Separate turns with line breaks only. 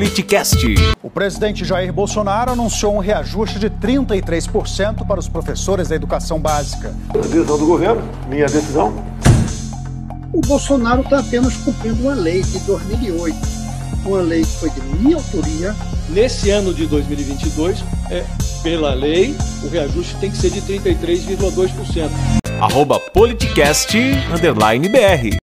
Politicast.
O presidente Jair Bolsonaro anunciou um reajuste de 33% para os professores da educação básica.
A decisão do governo, minha decisão.
O Bolsonaro está apenas cumprindo uma lei de 2008, uma lei que foi de minha autoria.
Nesse ano de 2022, é, pela lei, o reajuste tem que ser de 33,2%.
Arroba Politicast, underline BR.